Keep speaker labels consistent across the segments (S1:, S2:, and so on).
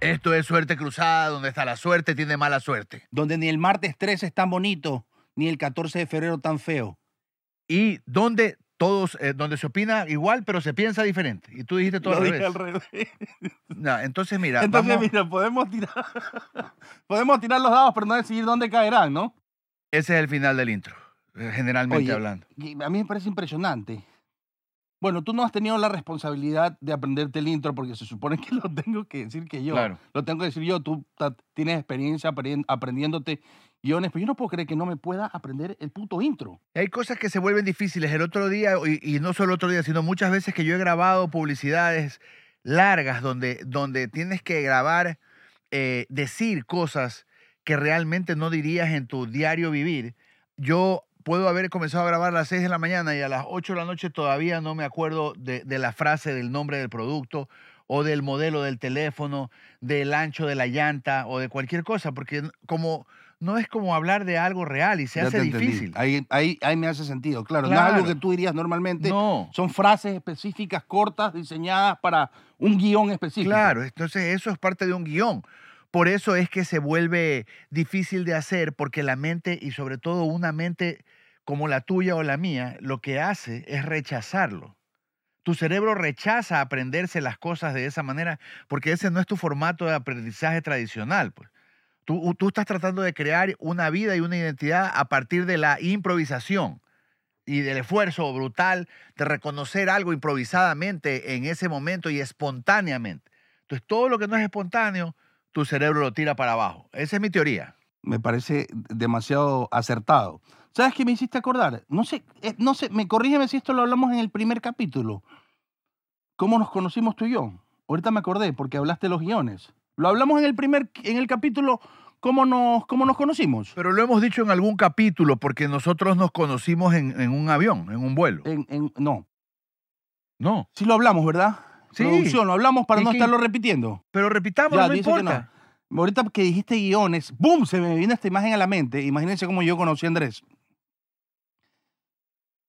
S1: Esto es suerte cruzada, donde está la suerte, tiene mala suerte.
S2: Donde ni el martes 13 es tan bonito, ni el 14 de febrero tan feo.
S1: Y donde todos, eh, donde se opina igual, pero se piensa diferente. Y tú dijiste todo
S2: Lo
S1: al
S2: dije
S1: revés.
S2: al revés.
S1: No, entonces, mira,
S2: Entonces,
S1: vamos-
S2: mira, podemos tirar, podemos tirar los dados, pero no decidir dónde caerán, ¿no?
S1: ese es el final del intro, eh, generalmente
S2: Oye,
S1: hablando.
S2: Y A mí me parece impresionante. Bueno, tú no has tenido la responsabilidad de aprenderte el intro porque se supone que lo tengo que decir que yo.
S1: Claro.
S2: Lo tengo que decir yo. Tú ta- tienes experiencia aprend- aprendiéndote guiones, pero yo no puedo creer que no me pueda aprender el puto intro.
S1: Hay cosas que se vuelven difíciles. El otro día, y, y no solo el otro día, sino muchas veces que yo he grabado publicidades largas donde, donde tienes que grabar, eh, decir cosas que realmente no dirías en tu diario vivir. Yo puedo haber comenzado a grabar a las 6 de la mañana y a las 8 de la noche todavía no me acuerdo de, de la frase del nombre del producto o del modelo del teléfono, del ancho de la llanta o de cualquier cosa, porque como no es como hablar de algo real y se
S2: Ya
S1: hace
S2: te entendí.
S1: difícil.
S2: Ahí, ahí, ahí me hace sentido, claro. No es algo
S1: Claro.
S2: que tú dirías normalmente.
S1: No.
S2: Son frases específicas, cortas, diseñadas para un guión específico.
S1: Claro, entonces eso es parte de un guión. Por eso es que se vuelve difícil de hacer, porque la mente, y sobre todo una mente como la tuya o la mía, lo que hace es rechazarlo. Tu cerebro rechaza aprenderse las cosas de esa manera, porque ese no es tu formato de aprendizaje tradicional. pues. Tú, tú estás tratando de crear una vida y una identidad a partir de la improvisación y del esfuerzo brutal de reconocer algo improvisadamente en ese momento y espontáneamente. Entonces, todo lo que no es espontáneo, tu cerebro lo tira para abajo. Esa es mi teoría.
S2: me parece demasiado acertado. ¿Sabes qué me hiciste acordar? No sé, eh, no sé, me corrígeme si esto lo hablamos en el primer capítulo. ¿Cómo nos conocimos tú y yo? Ahorita me acordé porque hablaste de los guiones. Lo hablamos en el primer en el capítulo cómo nos cómo nos conocimos.
S1: Pero lo hemos dicho en algún capítulo porque nosotros nos conocimos en, en un avión, en un vuelo.
S2: En- en- no,
S1: No.
S2: sí lo hablamos, ¿verdad?
S1: Sí.
S2: Producción, lo hablamos para
S1: ¿Y
S2: no
S1: qué?
S2: estarlo repitiendo.
S1: Pero repitamos, no
S2: dice que
S1: importa.
S2: no. Ahorita que dijiste guiones, ¡boom! Se me vino esta imagen a la mente. Imagínense cómo yo conocí a Andrés.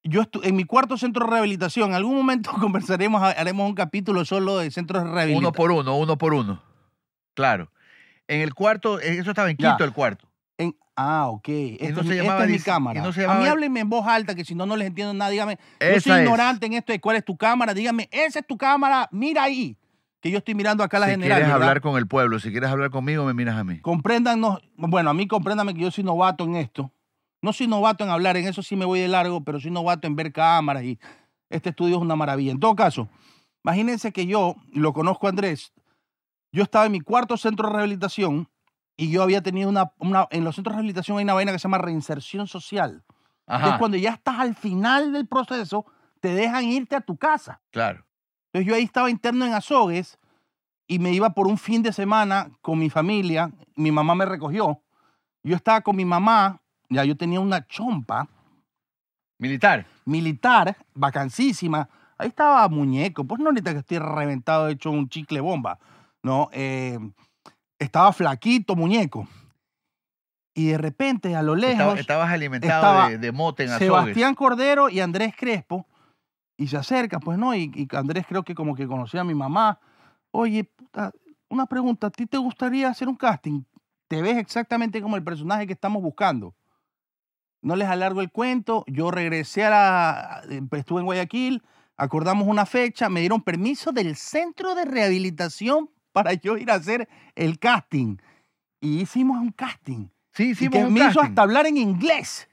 S2: Yo estu- en mi cuarto centro de rehabilitación, en algún momento conversaremos, ha- haremos un capítulo solo de centros de
S1: Uno
S2: rehabilitación.
S1: por uno, uno por uno. Claro. En el cuarto, eh, eso estaba en
S2: Ya.
S1: Quito, el cuarto.
S2: ah, ok.
S1: no
S2: Esta, es,
S1: se
S2: mi- esta
S1: llamaba
S2: es mi
S1: dis-
S2: cámara.
S1: y no se
S2: A mí
S1: llamaba-
S2: háblenme en voz alta, que si no, no les entiendo nada. Dígame, yo
S1: Esa
S2: soy
S1: es.
S2: ignorante en esto de cuál es tu cámara. Dígame, esa es tu cámara, mira ahí. Que yo estoy mirando acá la
S1: Si
S2: general.
S1: quieres
S2: ¿verdad?
S1: hablar con el pueblo, si quieres hablar conmigo, me miras a mí.
S2: compréndanos, bueno, a mí compréndame que yo soy novato en esto. No soy novato en hablar, en eso sí me voy de largo, pero soy novato en ver cámaras y este estudio es una maravilla. En todo caso, imagínense que yo lo conozco a Andrés. Yo estaba en mi cuarto centro de rehabilitación y yo había tenido una, una- en los centros de rehabilitación hay una vaina que se llama reinserción social. Que es
S1: Ajá,
S2: cuando ya estás al final del proceso, te dejan irte a tu casa.
S1: claro.
S2: Entonces yo ahí estaba interno en Azogues y me iba por un fin de semana con mi familia. Mi mamá me recogió. Yo estaba con mi mamá, ya yo tenía una chompa
S1: Militar.
S2: militar, vacancísima. Ahí estaba muñeco, pues no ahorita que estoy reventado, hecho un chicle bomba, ¿no? Eh, estaba flaquito, muñeco. Y de repente, a lo
S1: Estaba-
S2: lejos,
S1: estabas alimentado
S2: estaba
S1: de, de mote en azogues.
S2: Sebastián Cordero y Andrés Crespo. Y se acerca, pues no, y, y Andrés creo que como que conocía a mi mamá. Oye, puta, una pregunta, ¿a ti te gustaría hacer un casting? Te ves exactamente como el personaje que estamos buscando. No les alargo el cuento, yo regresé a la... eh, estuve en Guayaquil, acordamos una fecha, me dieron permiso del centro de rehabilitación para yo ir a hacer el casting. Y hicimos un casting.
S1: Sí,
S2: Y
S1: hicimos
S2: que
S1: un
S2: me hizo
S1: casting.
S2: hasta hablar en inglés.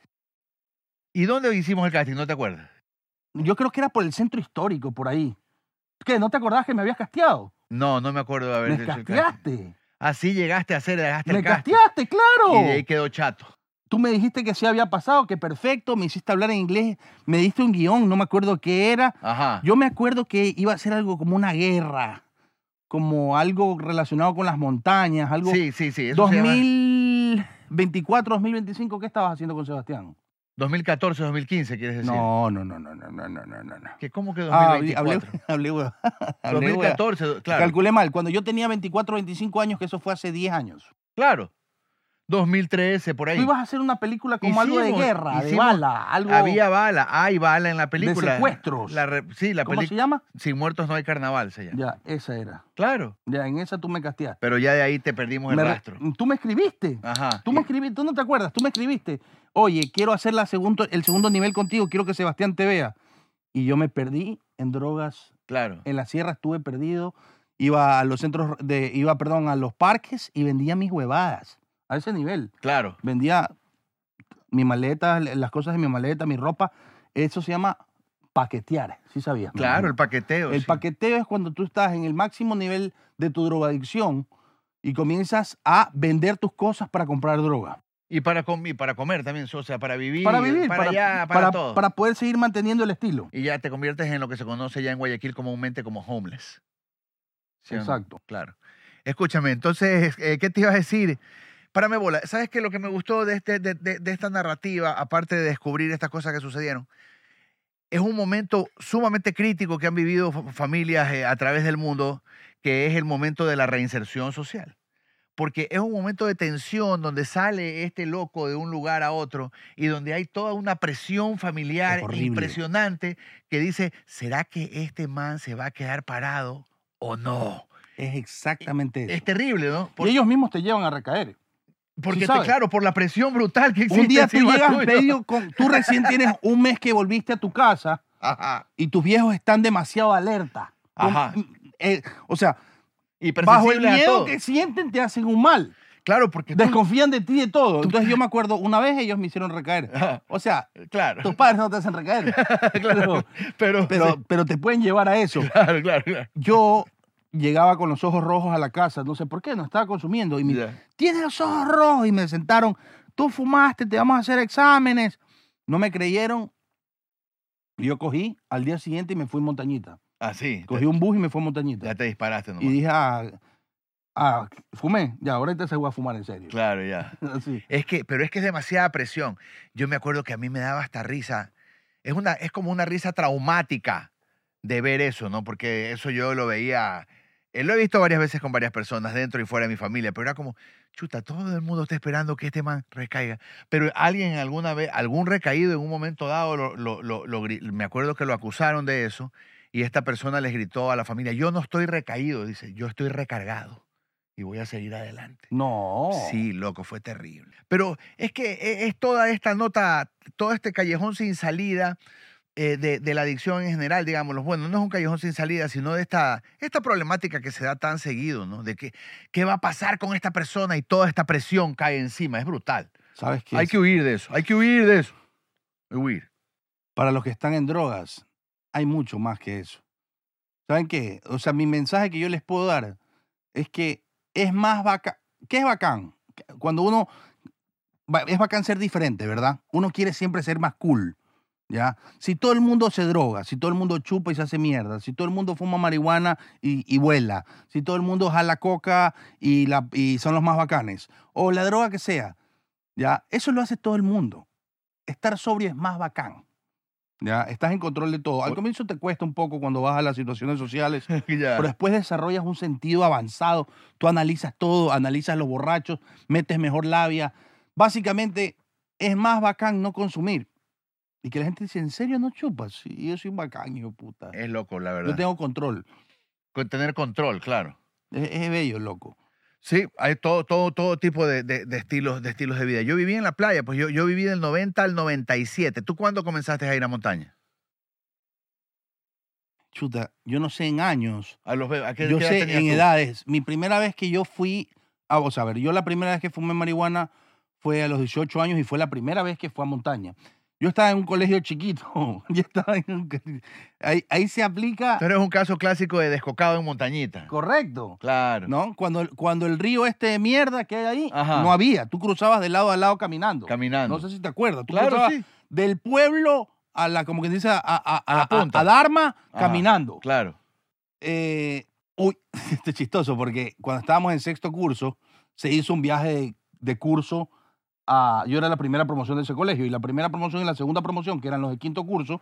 S1: ¿Y dónde hicimos el casting? ¿No te acuerdas?
S2: Yo creo que era por el centro histórico, por ahí. ¿Qué? ¿No te acordás que me habías casteado?
S1: No, no me acuerdo de haber
S2: Me
S1: hecho el casting.
S2: casteaste.
S1: Así llegaste a hacer, llegaste
S2: Me
S1: el casting.
S2: casteaste,
S1: Y de ahí
S2: claro.
S1: quedó chato.
S2: Tú me dijiste que sí había pasado, que perfecto, me hiciste hablar en inglés, me diste un guión, no me acuerdo qué era.
S1: Ajá.
S2: Yo me acuerdo que iba a ser algo como una guerra, como algo relacionado con las montañas, algo...
S1: sí, sí, sí. Eso se llama
S2: 2024, 2025, ¿qué estabas haciendo con Sebastián?
S1: 2014, 2015, quieres decir.
S2: No, no, no, no, no, no, no, no, no.
S1: ¿Que ¿Cómo que
S2: Ah, hablé,
S1: 2024?
S2: hablé, hablé, hueva. hablé hueva.
S1: 2014, claro.
S2: Calculé mal. Cuando yo tenía 24, 25 años, que eso fue hace 10 años.
S1: Claro. 2013, por ahí.
S2: Tú ibas a hacer una película como algo de
S1: Hicimos-
S2: guerra, de
S1: hicimos-
S2: bala, algo
S1: Había bala, hay bala en la película.
S2: de secuestros.
S1: La re- sí, la
S2: ¿Cómo se
S1: película.
S2: llama?
S1: Sin muertos no hay carnaval, se llama.
S2: Ya, esa era.
S1: Claro.
S2: Ya, en esa tú me casteaste.
S1: Pero ya de ahí te perdimos el
S2: Me re-
S1: rastro. Ah,
S2: Tú me escribiste.
S1: Ajá.
S2: Tú me escribiste, tú no te acuerdas, tú me escribiste. Oye, quiero hacer la segundo, el segundo nivel contigo, quiero que Sebastián te vea. Y yo me perdí en drogas,
S1: Claro.
S2: en la sierra estuve perdido, iba a los centros de, iba, perdón, a los parques y vendía mis huevadas. A ese nivel.
S1: Claro.
S2: Vendía mi maleta, las cosas de mi maleta, mi ropa. Eso se llama paquetear, sí sabías. me
S1: Claro,
S2: imagino.
S1: el paqueteo.
S2: El
S1: sí.
S2: paqueteo es cuando tú estás en el máximo nivel de tu drogadicción y comienzas a vender tus cosas para comprar droga.
S1: Y para, com- y para comer también, o sea, para vivir.
S2: Para vivir,
S1: Para, allá, para, todo.
S2: para poder seguir manteniendo el estilo.
S1: Y ya te conviertes en lo que se conoce ya en Guayaquil comúnmente como homeless. ¿Sí o no?
S2: Exacto.
S1: Claro. Escúchame, entonces, eh, ¿qué te iba a decir? Párame bola. ¿Sabes qué? Lo que me gustó de, este, de, de- de esta narrativa, aparte de descubrir estas cosas que sucedieron, es un momento sumamente crítico que han vivido fa- familias eh, a través del mundo, que es el momento de la reinserción social. Porque es un momento de tensión donde sale este loco de un lugar a otro y donde hay toda una presión familiar
S2: Es horrible.
S1: impresionante que dice, ¿será que este man se va a quedar parado o no?
S2: Es exactamente eso.
S1: Es terrible, ¿no? Este, Por-
S2: y ellos mismos te llevan a recaer.
S1: porque, te-
S2: sabes.
S1: claro, por la presión brutal que existe.
S2: Un día tú
S1: encima
S2: llegas
S1: tuyo.
S2: medio con... Tú recién tienes un mes que volviste a tu casa
S1: Ajá.
S2: y tus viejos están demasiado alerta. Con-
S1: Ajá.
S2: eh, o sea,
S1: Y
S2: bajo el
S1: perceptibles a
S2: miedo
S1: todo.
S2: que sienten te hacen un mal.
S1: Claro, porque tú-
S2: Desconfían de ti y de todo. Entonces yo me acuerdo, una vez ellos me hicieron recaer.
S1: Ajá.
S2: O sea,
S1: Claro.
S2: tus padres no te hacen recaer.
S1: claro. Pero,
S2: Pero,
S1: sí,
S2: pero te pueden llevar a eso.
S1: claro, claro, claro.
S2: Yo llegaba con los ojos rojos a la casa, no sé por qué, no estaba consumiendo. Y me
S1: Ya.
S2: tienes los ojos rojos. Y me sentaron, tú fumaste, te vamos a hacer exámenes. No me creyeron. Y Yo cogí al día siguiente y me fui a montañita.
S1: Así.
S2: Cogí
S1: te-
S2: un bus y me fui a montañita.
S1: Ya te disparaste nomás.
S2: Y dije, ah, ah, fumé. Ya, ahorita se voy a fumar en serio.
S1: Claro, ya.
S2: Así.
S1: Es que, pero es que es demasiada presión. Yo me acuerdo que a mí me daba hasta risa. Es, una, es como una risa traumática de ver eso, ¿no? Porque eso yo lo veía. eh, lo he visto varias veces con varias personas dentro y fuera de mi familia, pero era como, chuta, todo el mundo está esperando que este man recaiga. Pero alguien alguna vez, algún recaído en un momento dado, lo- lo- lo- lo gri- me acuerdo que lo acusaron de eso y esta persona les gritó a la familia, yo no estoy recaído, dice, yo estoy recargado y voy a seguir adelante.
S2: No.
S1: Sí, loco, fue terrible. Pero es que e- es toda esta nota, todo este callejón sin salida eh, de, de la adicción en general, digámoslo. Bueno, no es un callejón sin salida, sino de esta, esta problemática que se da tan seguido, ¿no? De que, qué va a pasar con esta persona y toda esta presión cae encima. Es brutal.
S2: ¿Sabes qué?
S1: Hay
S2: es?
S1: que huir de eso, hay que huir de eso. Huir.
S2: Para los que están en drogas, hay mucho más que eso. ¿Saben qué? O sea, mi mensaje que yo les puedo dar es que es más bacán. ¿Qué es bacán? Cuando uno. ba- Es bacán ser diferente, ¿verdad? Uno quiere siempre ser más cool. ¿Ya? Si todo el mundo se droga, si todo el mundo chupa y se hace mierda, si todo el mundo fuma marihuana y, y vuela, si todo el mundo jala coca y, la, y son los más bacanes, o la droga que sea, ¿ya? Eso lo hace todo el mundo. Estar sobrio es más bacán. ¿Ya? Estás en control de todo. Al
S1: Bu-
S2: comienzo te cuesta un poco cuando vas a las situaciones sociales,
S1: Ya.
S2: pero después desarrollas un sentido avanzado. Tú analizas todo, analizas los borrachos, metes mejor labia. Básicamente, es más bacán no consumir. Y que la gente dice, ¿en serio no chupas? Y yo soy un bacán, hijo de puta.
S1: Es loco, la verdad.
S2: Yo tengo control.
S1: Con Tener control, claro.
S2: Es, es bello, loco.
S1: Sí, hay todo, todo, todo tipo de, de- de estilos, de estilos de vida. Yo viví en la playa, pues yo, yo viví del 90 al 97. ¿Tú cuándo comenzaste a ir a montaña?
S2: Chuta, yo no sé en años,
S1: A los be- ¿a qué-
S2: yo
S1: qué edad
S2: sé
S1: tenías
S2: en
S1: tú?
S2: edades. Mi primera vez que yo fui, a, o sea, a ver, yo la primera vez que fumé marihuana fue a los 18 años y fue la primera vez que fue a montaña. Yo estaba en un colegio chiquito. Yo estaba en un co- ahí, ahí se aplica
S1: Tú eres un caso clásico de descocado en montañita.
S2: correcto.
S1: Claro.
S2: ¿No? Cuando, el- cuando el río este de mierda que hay ahí,
S1: Ajá.
S2: no había. Tú cruzabas de lado a lado caminando.
S1: Caminando.
S2: No sé si te acuerdas. Tú
S1: claro,
S2: cruzabas
S1: sí.
S2: del pueblo a la, como que dice, a, a- a-
S1: la
S2: a-
S1: punta.
S2: a Dharma
S1: Ajá.
S2: caminando.
S1: Claro.
S2: Eh, uy, esto es chistoso porque cuando estábamos en sexto curso, se hizo un viaje de, de curso a... Yo era la primera promoción de ese colegio y la primera promoción y la segunda promoción, que eran los de quinto curso,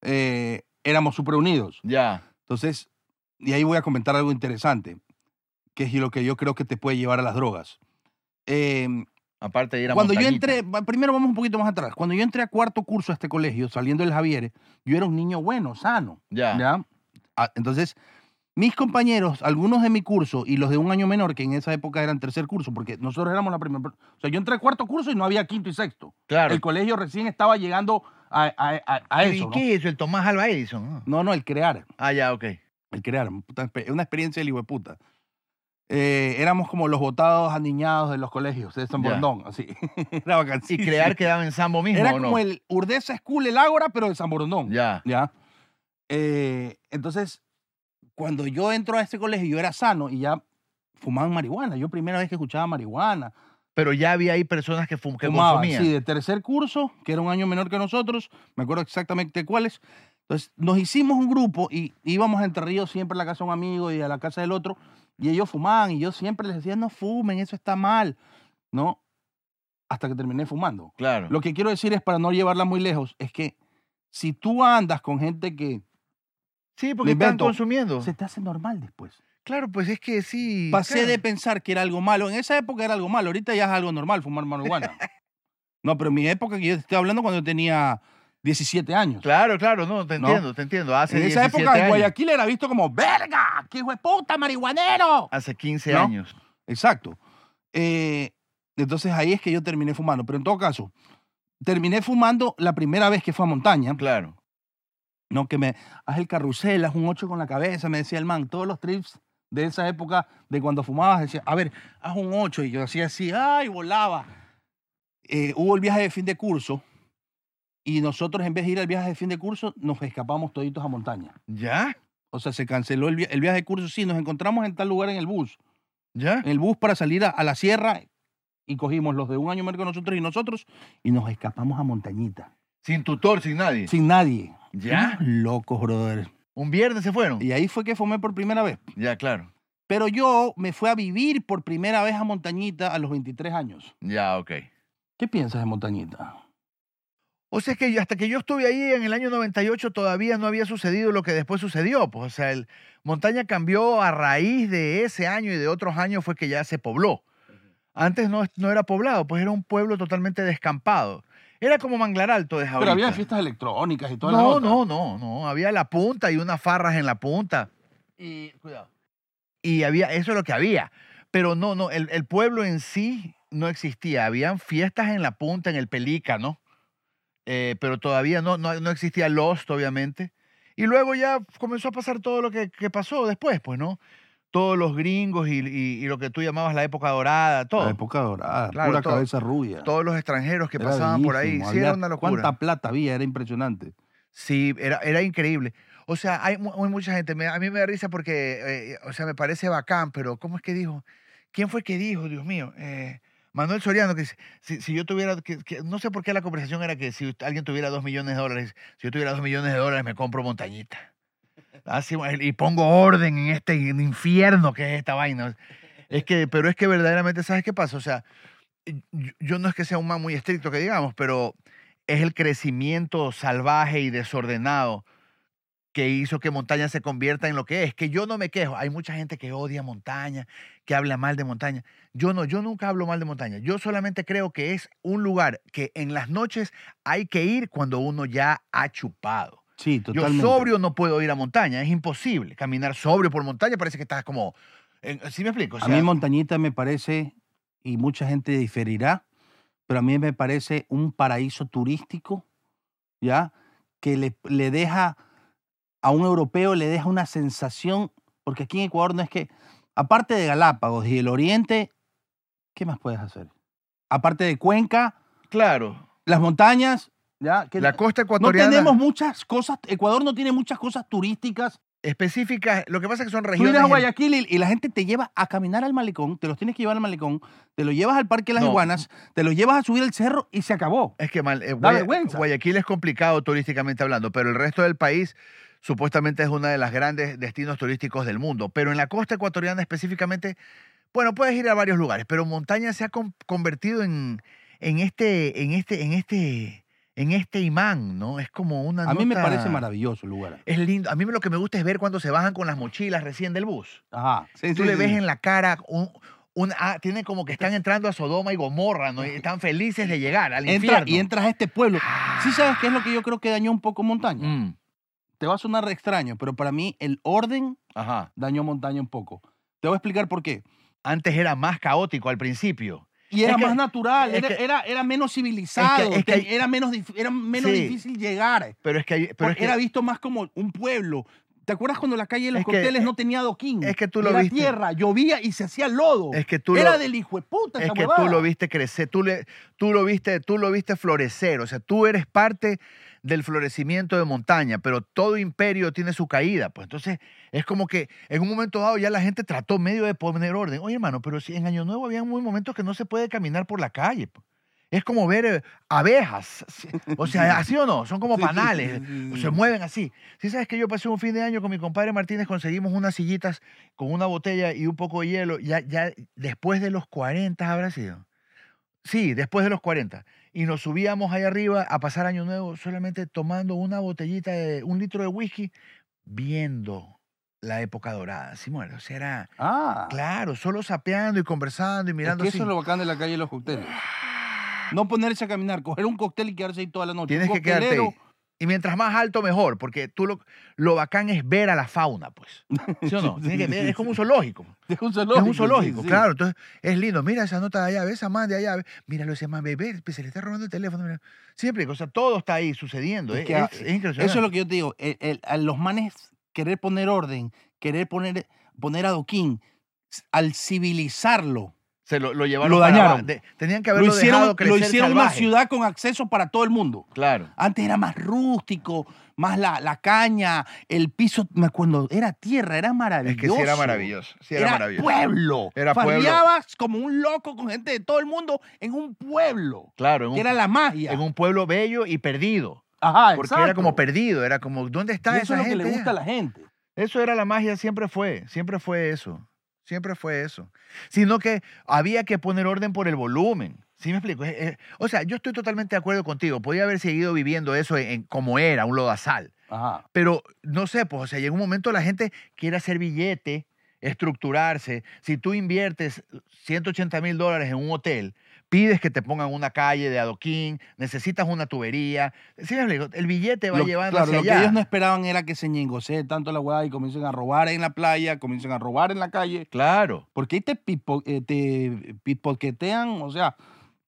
S2: eh, éramos súper unidos.
S1: Ya.
S2: Entonces, y ahí voy a comentar algo interesante, que es lo que yo creo que te puede llevar a las drogas. Eh,
S1: Aparte de ir a
S2: Cuando yo
S1: montañita.
S2: entré, va- primero vamos un poquito más atrás. Cuando yo entré a cuarto curso a este colegio, saliendo del Javier, yo era un niño bueno, sano.
S1: Ya.
S2: ¿ya? Ah, Entonces, mis compañeros, algunos de mi curso y los de un año menor, que en esa época eran tercer curso, porque nosotros éramos la primera. O sea, yo entré a cuarto curso y no había quinto y sexto.
S1: Claro.
S2: El colegio recién estaba llegando a, a- a- a
S1: ¿Y
S2: eso. ¿no?
S1: qué hizo el Tomás Alba Edison? no?
S2: no, no, el crear.
S1: Ah, ya, ok.
S2: El crear, puta, es una experiencia del hijo de puta. Eh, éramos como los botados aniñados de los colegios de San
S1: Ya.
S2: Bordón, así. Era
S1: ¿Y
S2: vacancísimo.
S1: crear quedaba en Sambo mismo
S2: Era
S1: o no?
S2: como el Urdesa School, el Ágora, pero de San Bordón.
S1: Ya,
S2: ¿Ya? Eh, entonces, cuando yo entro a ese colegio, yo era sano y ya fumaban marihuana. Yo primera vez que escuchaba marihuana.
S1: pero ya había ahí personas que, fum- que
S2: fumaban,
S1: consumían.
S2: sí, de tercer curso, que era un año menor que nosotros. Me acuerdo exactamente cuáles. Entonces, nos hicimos un grupo y íbamos a Entre Ríos siempre a la casa de un amigo y a la casa del otro. Y ellos fumaban y yo siempre les decía, no fumen, eso está mal. ¿No? Hasta que terminé fumando.
S1: Claro.
S2: Lo que quiero decir es, para no llevarla muy lejos, es que si tú andas con gente que
S1: sí,
S2: lo
S1: porque están
S2: invento.
S1: consumiendo.
S2: se te hace normal después.
S1: Claro, pues es que sí.
S2: Pasé
S1: claro.
S2: de pensar que era algo malo. En esa época era algo malo. Ahorita ya es algo normal fumar marihuana. no, pero en mi época, que yo te estoy hablando cuando yo tenía 17 años.
S1: Claro, claro, no, te
S2: No.
S1: entiendo, te entiendo. Hace
S2: en esa
S1: 17
S2: época, en
S1: años,
S2: Guayaquil era visto como, ¡verga! ¡Qué hijo de puta, marihuanero!
S1: Hace 15
S2: ¿no?
S1: años.
S2: Exacto. Eh, entonces ahí es que yo terminé fumando. Pero en todo caso, terminé fumando la primera vez que fue a montaña.
S1: Claro.
S2: No, que me haz el carrusel, haz un 8 con la cabeza, me decía el man. Todos los trips de esa época, de cuando fumabas, decía, a ver, haz un 8. Y yo hacía así, ¡ay, volaba! Eh, hubo el viaje de fin de curso y nosotros, en vez de ir al viaje de fin de curso, nos escapamos toditos a montaña.
S1: ¿Ya?
S2: O sea, se canceló el, via- el viaje de curso. Sí, nos encontramos en tal lugar en el bus.
S1: ¿Ya?
S2: En el bus para salir a, a la sierra y cogimos los de un año más que nosotros y nosotros y nos escapamos a montañita.
S1: Sin tutor, sin nadie.
S2: Sin nadie.
S1: ¿Ya?
S2: Unos Locos, brother.
S1: ¿Un viernes se fueron?
S2: Y ahí fue que fumé por primera vez.
S1: Ya, claro.
S2: Pero yo me fui a vivir por primera vez a Montañita a los 23 años.
S1: Ya, ok.
S2: ¿Qué piensas de Montañita?
S1: O sea, es que yo- hasta que yo estuve ahí en el año 98 todavía no había sucedido lo que después sucedió. Pues, o sea, el Montaña cambió a raíz de ese año y de otros años fue que ya se pobló. Antes no, no era poblado, pues era un pueblo totalmente descampado. Era como Manglar Alto de
S2: Pero había
S1: ahorita.
S2: fiestas electrónicas y todo
S1: No, no, no, no. Había la punta y unas farras en la punta. Y, cuidado. Y había, eso es lo que había. Pero no, no, el, el pueblo en sí no existía. Habían fiestas en la punta, en el Pelícano. Eh, pero todavía no, no, no existía Lost, obviamente. Y luego ya comenzó a pasar todo lo que, que pasó después, pues, ¿no? Todos los gringos y, y- y lo que tú llamabas la época dorada, todo.
S2: La época dorada,
S1: Claro,
S2: pura
S1: todo.
S2: cabeza rubia.
S1: Todos los extranjeros que
S2: Era
S1: pasaban por ahí.
S2: bellísimo,
S1: Sí, era
S2: había-
S1: una locura.
S2: ¿Cuánta plata había? Era impresionante.
S1: Sí, era, era increíble. O sea, hay, mu- hay mucha gente. me- a mí me da risa porque, eh, o sea, me parece bacán, pero ¿cómo es que dijo? ¿Quién fue que dijo, Dios mío? Eh, Manuel Soriano, que si, si- si yo tuviera, que, que- no sé por qué la conversación era que si alguien tuviera dos millones de dólares, si yo tuviera dos millones de dólares me compro montañita. Así, y pongo orden en este infierno que es esta vaina. Es que, pero es que verdaderamente, ¿sabes qué pasa? O sea, yo, yo no es que sea un man muy estricto, que digamos, pero es el crecimiento salvaje y desordenado que hizo que montaña se convierta en lo que es. Que yo no me quejo. Hay mucha gente que odia montaña, que habla mal de montaña. Yo no, yo nunca hablo mal de montaña. Yo solamente creo que es un lugar que en las noches hay que ir cuando uno ya ha chupado.
S2: Sí, totalmente.
S1: Yo sobrio no puedo ir a montaña, es imposible. Caminar sobrio por montaña parece que estás como... en- ¿Sí me explico? O sea,
S2: a mí Montañita me parece, y mucha gente diferirá, pero a mí me parece un paraíso turístico, ¿ya? Que le, le deja, a un europeo le deja una sensación, porque aquí en Ecuador no es que, aparte de Galápagos y el Oriente, ¿qué más puedes hacer? Aparte de Cuenca,
S1: claro,
S2: las montañas, ¿ya? Que
S1: la costa
S2: no
S1: ecuatoriana...
S2: tenemos muchas cosas, Ecuador no tiene muchas cosas turísticas.
S1: específicas, lo que pasa es que son
S2: Tú
S1: regiones...
S2: vienes a
S1: en-
S2: Guayaquil y, y la gente te lleva a caminar al malecón, te los tienes que llevar al malecón, te los llevas al Parque Las
S1: No.
S2: Iguanas, te los llevas a subir el cerro y se acabó.
S1: Es que mal, eh,
S2: Da
S1: Guaya-
S2: vergüenza.
S1: Guayaquil es complicado turísticamente hablando, pero el resto del país supuestamente es uno de los grandes destinos turísticos del mundo. Pero en la costa ecuatoriana específicamente, bueno, puedes ir a varios lugares, pero montaña se ha con- convertido en, en este, en este, en este, en este imán, ¿no? Es como una.
S2: A mí me
S1: nota-
S2: parece maravilloso el lugar.
S1: Es lindo. A mí lo que me gusta es ver cuando se bajan con las mochilas recién del bus.
S2: Ajá. Sí,
S1: Tú
S2: sí,
S1: le
S2: sí.
S1: ves en la cara un- un, ah, tienen como que están entrando a Sodoma y Gomorra, ¿no? Y están felices de llegar al
S2: Entra-
S1: infierno.
S2: y entras a este pueblo. Sí sabes qué es lo que yo creo que dañó un poco Montaña.
S1: Mm,
S2: Te va a sonar extraño, pero para mí el orden
S1: ajá.
S2: dañó Montaña un poco. Te voy a explicar por qué.
S1: Antes era más caótico al principio.
S2: Y era
S1: Es que-
S2: más natural,
S1: es
S2: era,
S1: que-
S2: era, era menos civilizado,
S1: es que-
S2: te- era menos, dif- era menos
S1: Sí.
S2: difícil llegar.
S1: Pero es que, hay- pero
S2: porque
S1: es que,
S2: Ah, era visto más como un pueblo. ¿Te acuerdas cuando la calle de los
S1: Es que-
S2: cócteles no tenía adoquín?
S1: es que tú lo
S2: era
S1: viste.
S2: tierra, llovía y se hacía lodo.
S1: es que tú
S2: era
S1: lo,
S2: del hijo de puta
S1: es
S2: esa
S1: que tú
S2: huevada.
S1: lo viste crecer, tú, le, tú, lo viste, tú lo viste florecer. O sea, tú eres parte del florecimiento de montaña, pero todo imperio tiene su caída. Pues entonces es como que en un momento dado ya la gente trató medio de poner orden. Oye, hermano, pero si en Año Nuevo había muy momentos que no se puede caminar por la calle. po. Es como ver eh, abejas. O sea, así o no, son como
S2: Sí, sí,
S1: panales.
S2: sí, sí, sí.
S1: Se mueven así. Si sabes que yo pasé un fin de año con mi compadre Martínez, conseguimos unas sillitas con una botella y un poco de hielo, ya, ya después de los 40 habrá sido. Sí, después de los 40. Y nos subíamos ahí arriba a pasar Año Nuevo solamente tomando una botellita de un litro de whisky, viendo la época dorada. Sí, bueno, o sea, era,
S2: Ah,
S1: claro, solo sapeando y conversando y
S2: es
S1: mirando
S2: que
S1: así.
S2: eso es lo bacán de la calle de los cócteles. No ponerse a caminar, coger un cóctel y quedarse ahí toda la noche.
S1: Tienes
S2: Un
S1: que quedarte
S2: coctelero,
S1: ahí. Y mientras más alto, mejor, porque tú lo, lo bacán es ver a la fauna, pues. ¿Sí o no? Tienes que ver, es como un zoológico.
S2: Es un zoológico.
S1: es un zoológico,
S2: sí, sí.
S1: claro. Entonces, es lindo. Mira esa nota de allá, ve esa más de allá, ve- míralo ese más, ve, ve, se le está robando el teléfono. mira. Siempre, o sea, todo está ahí sucediendo.
S2: Es
S1: Es, ah,
S2: que a-
S1: es- es impresionante.
S2: Eso es lo que yo te digo. el- el- a los manes querer poner orden, querer poner, poner adoquín, s- al civilizarlo.
S1: Se lo, lo llevaron
S2: lo
S1: para
S2: dañaron.
S1: abajo. De- tenían que
S2: Lo
S1: haberlo
S2: hicieron,
S1: dejado
S2: lo
S1: crecer
S2: hicieron una
S1: salvaje.
S2: ciudad con acceso para todo el mundo.
S1: Claro.
S2: Antes era más rústico, más la, la caña, el piso. Me acuerdo, era tierra, era
S1: Es
S2: maravilloso.
S1: que sí era maravilloso. Sí era, maravilloso.
S2: pueblo.
S1: Era pueblo.
S2: Farreabas como un loco con gente de todo el mundo en un pueblo.
S1: Claro, en
S2: que
S1: un,
S2: era la magia.
S1: en un pueblo bello y perdido.
S2: Ajá,
S1: Porque
S2: exacto.
S1: era como perdido, era como, ¿dónde
S2: Y
S1: está esa
S2: eso es lo que
S1: gente?
S2: le gusta
S1: ya?
S2: a la gente.
S1: Eso era la magia, siempre fue, siempre fue eso, siempre fue eso. Sino que había que poner orden por el volumen. ¿Sí me explico? Eh, eh, o sea, yo estoy totalmente de acuerdo contigo. Podía haber seguido viviendo eso en, en como era, un lodazal.
S2: Ajá.
S1: Pero no sé, pues, o sea, llega un momento la gente quiere hacer billete, estructurarse. Si tú inviertes 180 mil dólares en un hotel, pides que te pongan una calle de adoquín, necesitas una tubería. ¿Sí me explico? El billete va
S2: Lo-
S1: llevando
S2: claro,
S1: hacia
S2: lo que
S1: allá.
S2: ellos no esperaban era que se ñengosee tanto la hueá y comiencen a robar en la playa, comiencen a robar en la calle.
S1: Claro,
S2: Porque ahí te, pipo- eh, te pipoquetean, o sea,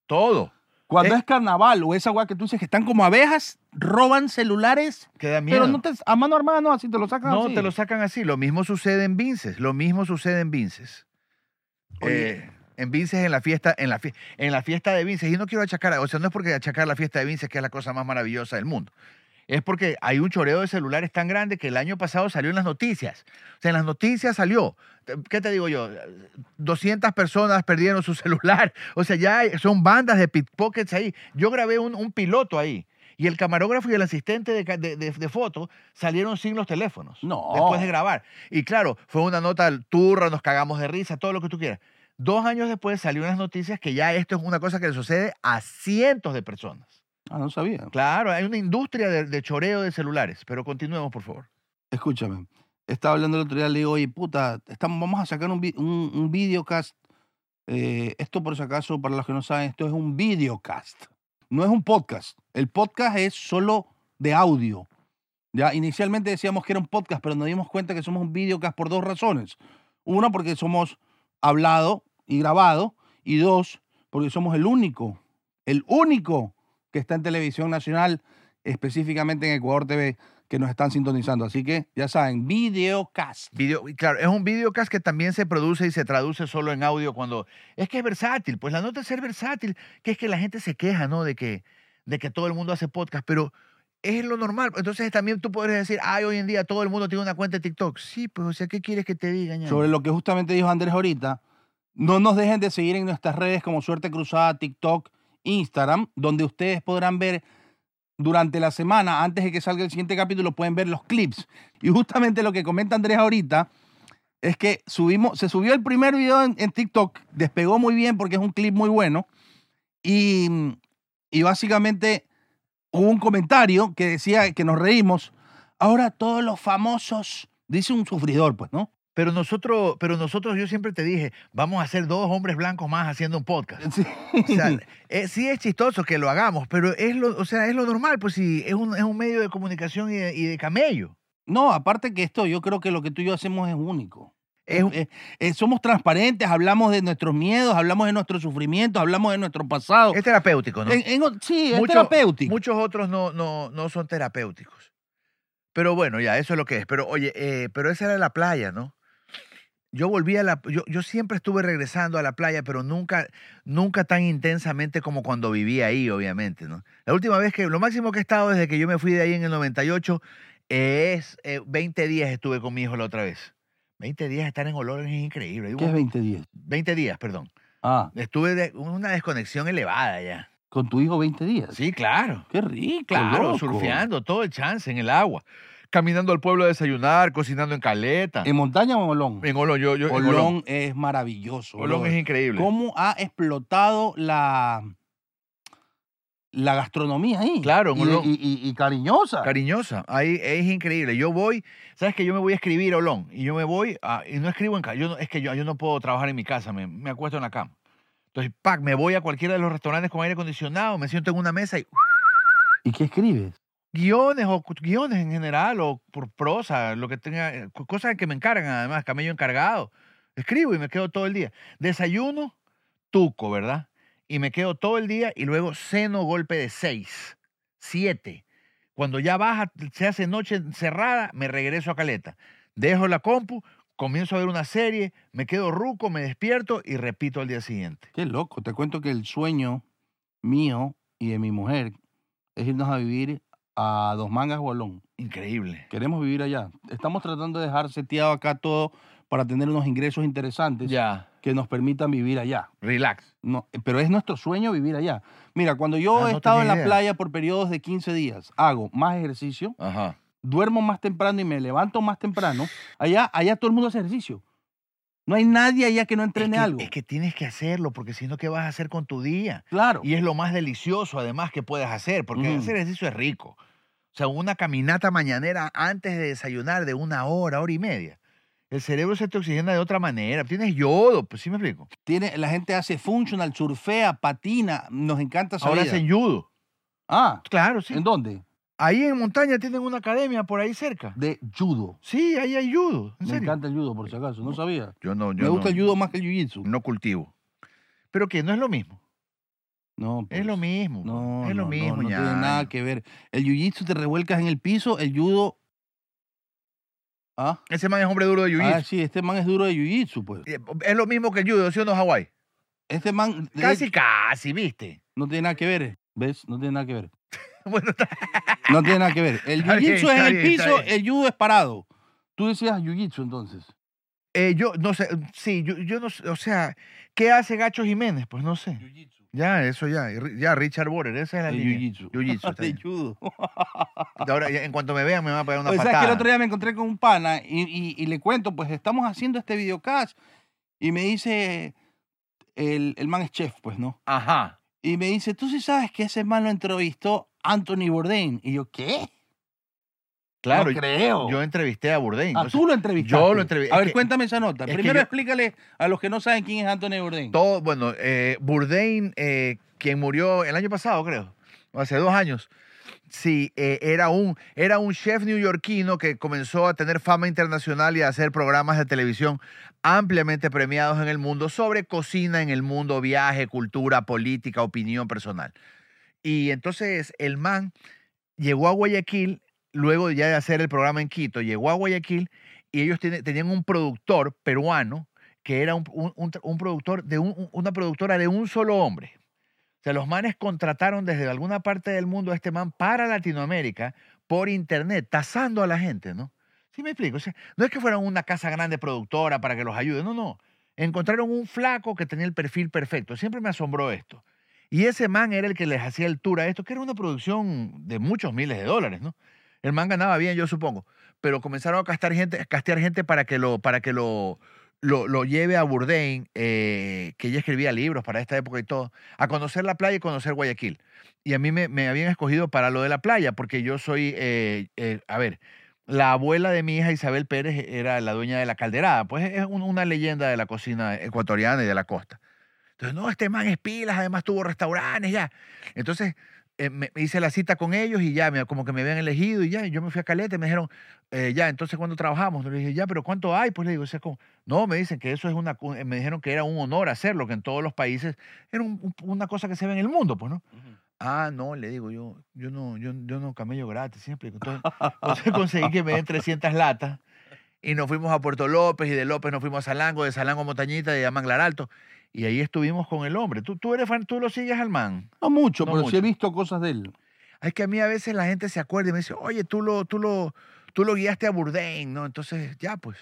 S1: todo.
S2: cuando
S1: Eh.
S2: es carnaval o esa hueá que tú dices que están como abejas, roban celulares,
S1: Queda miedo.
S2: pero no te, a mano armada no, así te lo sacan
S1: No,
S2: así.
S1: te lo sacan así. Lo mismo sucede en Vinces. Lo mismo sucede en Vinces.
S2: Oye.
S1: Eh, en Vinces, en la fiesta, en la, fie- en la fiesta de Vinces. Y no quiero achacar, a- o sea, no es porque achacar la fiesta de Vinces, que es la cosa más maravillosa del mundo. Es porque hay un choreo de celulares tan grande que el año pasado salió en las noticias. O sea, en las noticias salió. Te- eh, ¿Qué te digo yo? 200 personas perdieron su celular. O sea, ya hay- son bandas de pickpockets ahí. Yo grabé un, un piloto ahí. Y el camarógrafo y el asistente de, ca- de, de- de foto salieron sin los teléfonos.
S2: No.
S1: Después de grabar. Y claro, fue una nota turra, nos cagamos de risa, todo lo que tú quieras. Dos años después salió unas noticias que ya esto es una cosa que le sucede a cientos de personas.
S2: Ah, no sabía.
S1: Claro, hay una industria de, de choreo de celulares, pero continuemos, por favor.
S2: Escúchame, estaba hablando el otro día, le digo, oye, puta, estamos, vamos a sacar un, vi- un, un videocast. Eh, esto, por si acaso, para los que no saben, esto es un videocast. No es un podcast. El podcast es solo de audio. Ya inicialmente decíamos que era un podcast, pero nos dimos cuenta que somos un videocast por dos razones. Una, porque somos hablado y grabado. Y dos, porque somos el único, el único que está en televisión nacional, específicamente en Ecuador TV, que nos están sintonizando. Así que ya saben, videocast.
S1: Video, y claro, es un videocast que también se produce y se traduce solo en audio cuando... Es que es versátil, pues la nota es ser versátil, que es que la gente se queja, ¿no? De que, de que todo el mundo hace podcast, pero es lo normal. Entonces también tú podrías decir, ay, hoy en día todo el mundo tiene una cuenta de TikTok. Sí, pues, o sea, ¿qué quieres que te diga, ñaño?
S2: Sobre lo que justamente dijo Andrés ahorita, no nos dejen de seguir en nuestras redes como Suerte Cruzada, TikTok, Instagram, donde ustedes podrán ver durante la semana, antes de que salga el siguiente capítulo, pueden ver los clips. Y justamente lo que comenta Andrés ahorita es que subimos, se subió el primer video en, en TikTok, despegó muy bien porque es un clip muy bueno. Y, y básicamente hubo un comentario que decía que nos reímos. Ahora todos los famosos, dice un sufridor, pues, ¿no?
S1: Pero nosotros, pero nosotros, yo siempre te dije, vamos a hacer dos hombres blancos más haciendo un podcast.
S2: Sí.
S1: O sea, eh, sí es chistoso que lo hagamos, pero es lo, o sea, es lo normal, pues sí, es un, es un medio de comunicación y de, y de camello.
S2: No, aparte que esto, yo creo que lo que tú y yo hacemos es único.
S1: Es, un-
S2: Eh, eh, somos transparentes, hablamos de nuestros miedos, hablamos de nuestros sufrimientos, hablamos de nuestro pasado.
S1: es terapéutico, ¿no?
S2: En- en- sí, es
S1: Mucho-
S2: terapéutico.
S1: Muchos otros no, no, no son terapéuticos. Pero bueno, ya, eso es lo que es. Pero oye, eh, pero esa era la playa, ¿no? Yo volví a la... Yo, yo siempre estuve regresando a la playa, pero nunca, nunca tan intensamente como cuando vivía ahí, obviamente, ¿no? La última vez que... Lo máximo que he estado desde que yo me fui de ahí en el 98 eh, es eh, 20 días estuve con mi hijo la otra vez. 20 días estar en olores es increíble.
S2: ¿Qué es 2010?
S1: 20 días, perdón.
S2: Ah,
S1: Estuve de una desconexión elevada ya.
S2: con tu hijo 20 días.
S1: Sí, claro.
S2: Qué rico.
S1: Claro,
S2: loco.
S1: surfeando, todo el chance en el agua. Caminando al pueblo a desayunar, cocinando en caleta.
S2: ¿En montaña o en Olón?
S1: En Olón, yo, yo- en
S2: Olón,
S1: Olón.
S2: es maravilloso.
S1: Olón
S2: brother.
S1: es increíble.
S2: ¿Cómo ha explotado la, la gastronomía ahí?
S1: Claro, en
S2: y,
S1: Olón.
S2: y- y- y cariñosa.
S1: Cariñosa, ahí es increíble. Yo voy, sabes que yo me voy a escribir a Olón y yo me voy a- y no escribo en casa. Yo no- es que yo, yo no puedo trabajar en mi casa, me, me acuesto en la cama. Entonces, pac, me voy a cualquiera de los restaurantes con aire acondicionado, me siento en una mesa y
S2: ¿Y qué escribes?
S1: guiones o cu- guiones en general o por prosa, lo que tenga, eh, co- cosas que me encargan además, camello encargado. Escribo y me quedo todo el día. Desayuno, tuco, ¿verdad? Y me quedo todo el día y luego ceno golpe de seis, siete. Cuando ya baja, se hace noche cerrada, me regreso a Caleta. Dejo la compu, comienzo a ver una serie, me quedo ruco, me despierto y repito al día siguiente.
S2: Qué loco. Te cuento que el sueño mío y de mi mujer es irnos a vivir a Dos Mangas o Olón.
S1: Increíble.
S2: Queremos vivir allá. Estamos tratando de dejar seteado acá todo para tener unos ingresos interesantes
S1: Ya,
S2: que nos permitan vivir allá.
S1: relax.
S2: No, eh, pero es nuestro sueño vivir allá. Mira, cuando yo
S1: Ah,
S2: he
S1: no
S2: estado
S1: tenía
S2: en la
S1: idea.
S2: playa por periodos de 15 días, hago más ejercicio,
S1: Ajá.
S2: duermo más temprano y me levanto más temprano. Allá, allá todo el mundo hace ejercicio. No hay nadie allá que no entrene
S1: es que,
S2: algo.
S1: Es que tienes que hacerlo, porque si no, ¿qué vas a hacer con tu día?
S2: claro.
S1: Y es lo más delicioso, además, que puedes hacer, porque
S2: Ujú.
S1: hacer ejercicio es rico. O sea, una caminata mañanera antes de desayunar de una hora, hora y media. El cerebro se te oxigena de otra manera. Tienes yodo, pues sí me explico.
S2: Tiene, la gente hace functional, surfea, patina. Nos encanta esa
S1: Ahora
S2: vida.
S1: hacen judo.
S2: Ah,
S1: Claro, sí.
S2: ¿en dónde?
S1: Ahí en montaña tienen una academia por ahí cerca.
S2: De judo.
S1: Sí, ahí hay judo. En
S2: Me
S1: serio.
S2: encanta el judo, por si acaso. No sabía.
S1: Yo no, yo
S2: Me gusta
S1: no,
S2: el judo más que el jiu-jitsu.
S1: no cultivo. Pero que no es lo mismo.
S2: No,
S1: Es lo
S2: pues.
S1: mismo.
S2: No,
S1: es lo
S2: no, no,
S1: mismo,
S2: no
S1: ya.
S2: tiene nada que ver. El jiu-jitsu te revuelcas en el piso, el judo. Ah,
S1: Ese man es hombre duro de jiu
S2: ah, sí, este man es duro de jiu-jitsu, pues.
S1: Eh, Es lo mismo que el judo, ¿sí o no, Hawái?
S2: Este man de-
S1: Casi, casi, ¿viste?
S2: no tiene nada que ver, eh. ¿ves? No tiene nada que ver.
S1: Bueno, está-
S2: No tiene nada que ver. El
S1: Está bien,
S2: jiu-jitsu es en
S1: está
S2: el
S1: bien, está
S2: piso,
S1: bien.
S2: el judo es parado. Tú decías jiu-jitsu entonces.
S1: Eh, yo no sé, sí, yo, yo no sé, o sea, ¿qué hace Gacho Jiménez? Pues no sé.
S2: Jiu-jitsu.
S1: Ya, eso ya, y ri- ya, Richard Borer, esa es la
S2: De
S1: línea.
S2: jiu-jitsu. Ah,
S1: Jiu-jitsu, está
S2: De
S1: bien.
S2: judo.
S1: Ahora, ya, en cuanto me vean, me van a pegar una
S2: Pues, ¿sabes
S1: patada.
S2: que el otro día me encontré con un pana y, y- y le cuento, pues estamos haciendo este videocast y me dice, el, el man es chef, pues, ¿no?
S1: Ajá.
S2: Y me dice, tú sí sabes que ese man lo entrevistó Anthony Bourdain. Y yo, ¿qué?
S1: Claro,
S2: no creo.
S1: yo entrevisté a Bourdain. o
S2: ah,
S1: sea,
S2: tú lo entrevistaste.
S1: yo lo entrevi-
S2: A
S1: es
S2: ver,
S1: que-
S2: cuéntame esa nota.
S1: es que
S2: Primero
S1: yo-
S2: explícale a los que no saben quién es Anthony Bourdain.
S1: todo, bueno, eh, Bourdain, eh, quien murió el año pasado, creo, o hace dos años. Sí, eh, era, un, era un chef neoyorquino que comenzó a tener fama internacional y a hacer programas de televisión ampliamente premiados en el mundo sobre cocina en el mundo, viaje, cultura, política, opinión personal. Y entonces el man llegó a Guayaquil, luego ya de hacer el programa en Quito, llegó a Guayaquil y ellos tiene- tenían un productor peruano que era un, un- un- un productor de un- un- una productora de un solo hombre. O sea, los manes contrataron desde alguna parte del mundo a este man para Latinoamérica por internet, tasando a la gente, ¿no? ¿Sí me explico? O sea, no es que fueran una casa grande productora para que los ayude, no, no. Encontraron un flaco que tenía el perfil perfecto. Siempre me asombró esto. Y ese man era el que les hacía el tour a esto, que era una producción de muchos miles de dólares, ¿no? El man ganaba bien, yo supongo. Pero comenzaron a castear gente, castear gente para que lo, para que lo, lo, lo lleve a Burdain, eh, que ella escribía libros para esta época y todo, a conocer la playa y conocer Guayaquil. Y a mí me, me habían escogido para lo de la playa, porque yo soy, eh, eh, a ver, la abuela de mi hija Isabel Pérez era la dueña de la calderada. Pues es un- una leyenda de la cocina ecuatoriana y de la costa. Entonces, no, este man es pilas, además tuvo restaurantes, ya. Entonces, eh, me me hice la cita con ellos y ya, me- como que me habían elegido y ya, y yo me fui a Caleta y me dijeron, eh, ya, entonces, ¿cuándo trabajamos? Le dije, ya, pero ¿cuánto hay? Pues le digo, o sea, como- no, me dicen que eso es una, cu- eh, me dijeron que era un honor hacerlo, que en todos los países era un- un- una cosa que se ve en el mundo, pues, ¿no? Ah, no, le digo yo, yo no, yo, yo no camello gratis, siempre. Entonces, entonces conseguí que me den 300 latas y nos fuimos a Puerto López y de López nos fuimos a Salango, de Salango a Montañita, de Amanglar Alto y ahí estuvimos con el hombre. Tú, tú eres fan, tú lo sigues al man.
S2: No mucho,
S1: No
S2: pero sí he
S1: mucho.
S2: visto cosas de él.
S1: Es que a mí a veces la gente se acuerda y me dice, oye, tú lo, tú lo, tú lo guiaste a Burdain, ¿no? Entonces, ya pues.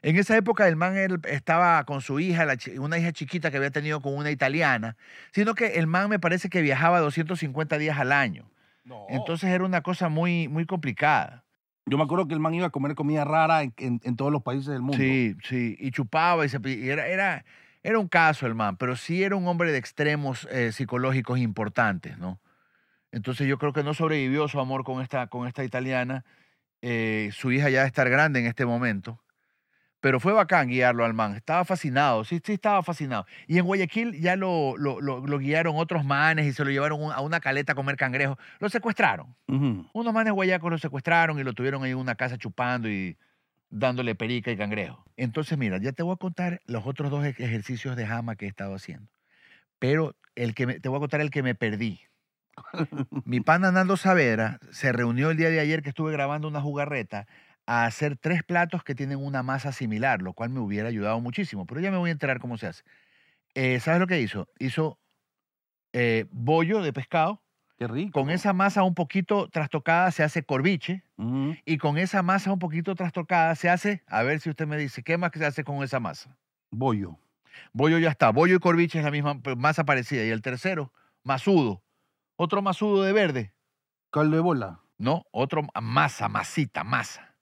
S1: En esa época el man él estaba con su hija, la chi- una hija chiquita que había tenido con una italiana, sino que el man me parece que viajaba 250 días al año.
S2: Oh.
S1: Entonces era una cosa muy, muy complicada.
S2: Yo me acuerdo que el man iba a comer comida rara en, en- en todos los países del mundo.
S1: Sí, sí. Y chupaba y se pi- y era, era, era un caso el man, pero sí era un hombre de extremos eh, psicológicos importantes, ¿no? Entonces yo creo que no sobrevivió su amor con esta, con esta italiana. Eh, su hija ya debe estar grande en este momento. Pero fue bacán guiarlo al man. Estaba fascinado, sí, sí estaba fascinado. Y en Guayaquil ya lo, lo, lo- lo guiaron otros manes y se lo llevaron un- a una caleta a comer cangrejos. Lo secuestraron.
S2: Ujú.
S1: Unos manes guayacos lo secuestraron y lo tuvieron ahí en una casa chupando y dándole perica y cangrejo. Entonces, mira, ya te voy a contar los otros dos ej- ejercicios de jama que he estado haciendo. Pero el que me- te voy a contar el que me perdí. Mi pana Nando Savera se reunió el día de ayer que estuve grabando una jugarreta a hacer tres platos que tienen una masa similar, lo cual me hubiera ayudado muchísimo. Pero ya me voy a enterar cómo se hace. Eh, ¿Sabes lo que hizo? Hizo eh, bollo de pescado,
S2: Qué rico.
S1: con esa masa un poquito trastocada se hace corviche
S2: Ujú.
S1: y con esa masa un poquito trastocada se hace, a ver si usted me dice, ¿qué más que se hace con esa masa?
S2: Bollo.
S1: Bollo ya está, bollo y corviche es la misma p- masa parecida. Y el tercero, masudo. Otro masudo de verde.
S2: Caldo de bola.
S1: No, otro ma- masa, masita, masa.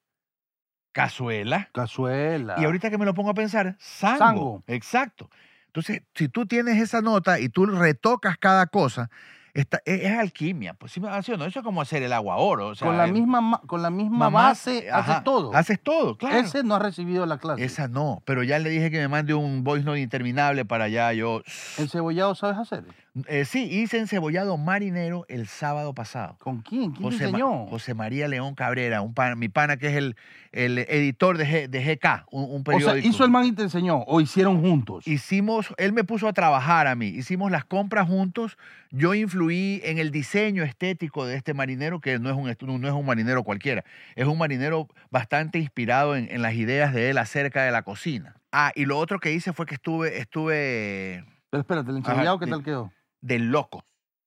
S1: Cazuela.
S2: Cazuela.
S1: Y ahorita que me lo pongo a pensar, sango.
S2: Sango.
S1: Exacto. Entonces, si tú tienes esa nota y tú retocas cada cosa, está- es, es alquimia. Pues sí, me- ¿sí o no? eso es como hacer el agua oro. o sea,
S2: con, la
S1: el-
S2: misma, ma- con la misma
S1: eh, mamá,
S2: base
S1: ajá,
S2: haces todo.
S1: Haces todo, claro.
S2: Ese no ha recibido la clase.
S1: Esa no, pero ya le dije que me mande un voice note interminable para allá. Yo.
S2: ¿El cebollado sabes hacer?
S1: Eh, sí, hice encebollado marinero el sábado pasado.
S2: ¿Con quién? ¿Quién te
S1: José, Ma-
S2: enseñó?
S1: José María León Cabrera, un pana- mi pana que es el, el editor de, G- de GK, un, un
S2: o
S1: periódico.
S2: sea, hizo el man y te enseñó. O hicieron juntos.
S1: Hicimos, él me puso a trabajar a mí, hicimos las compras juntos, yo influí en el diseño estético de este marinero, que no es un, estu- no es un marinero cualquiera, es un marinero bastante inspirado en, en las ideas de él acerca de la cocina. Ah, y lo otro que hice fue que estuve, estuve
S2: Pero espérate, ¿el encebollado qué
S1: di-
S2: tal quedó?
S1: de loco.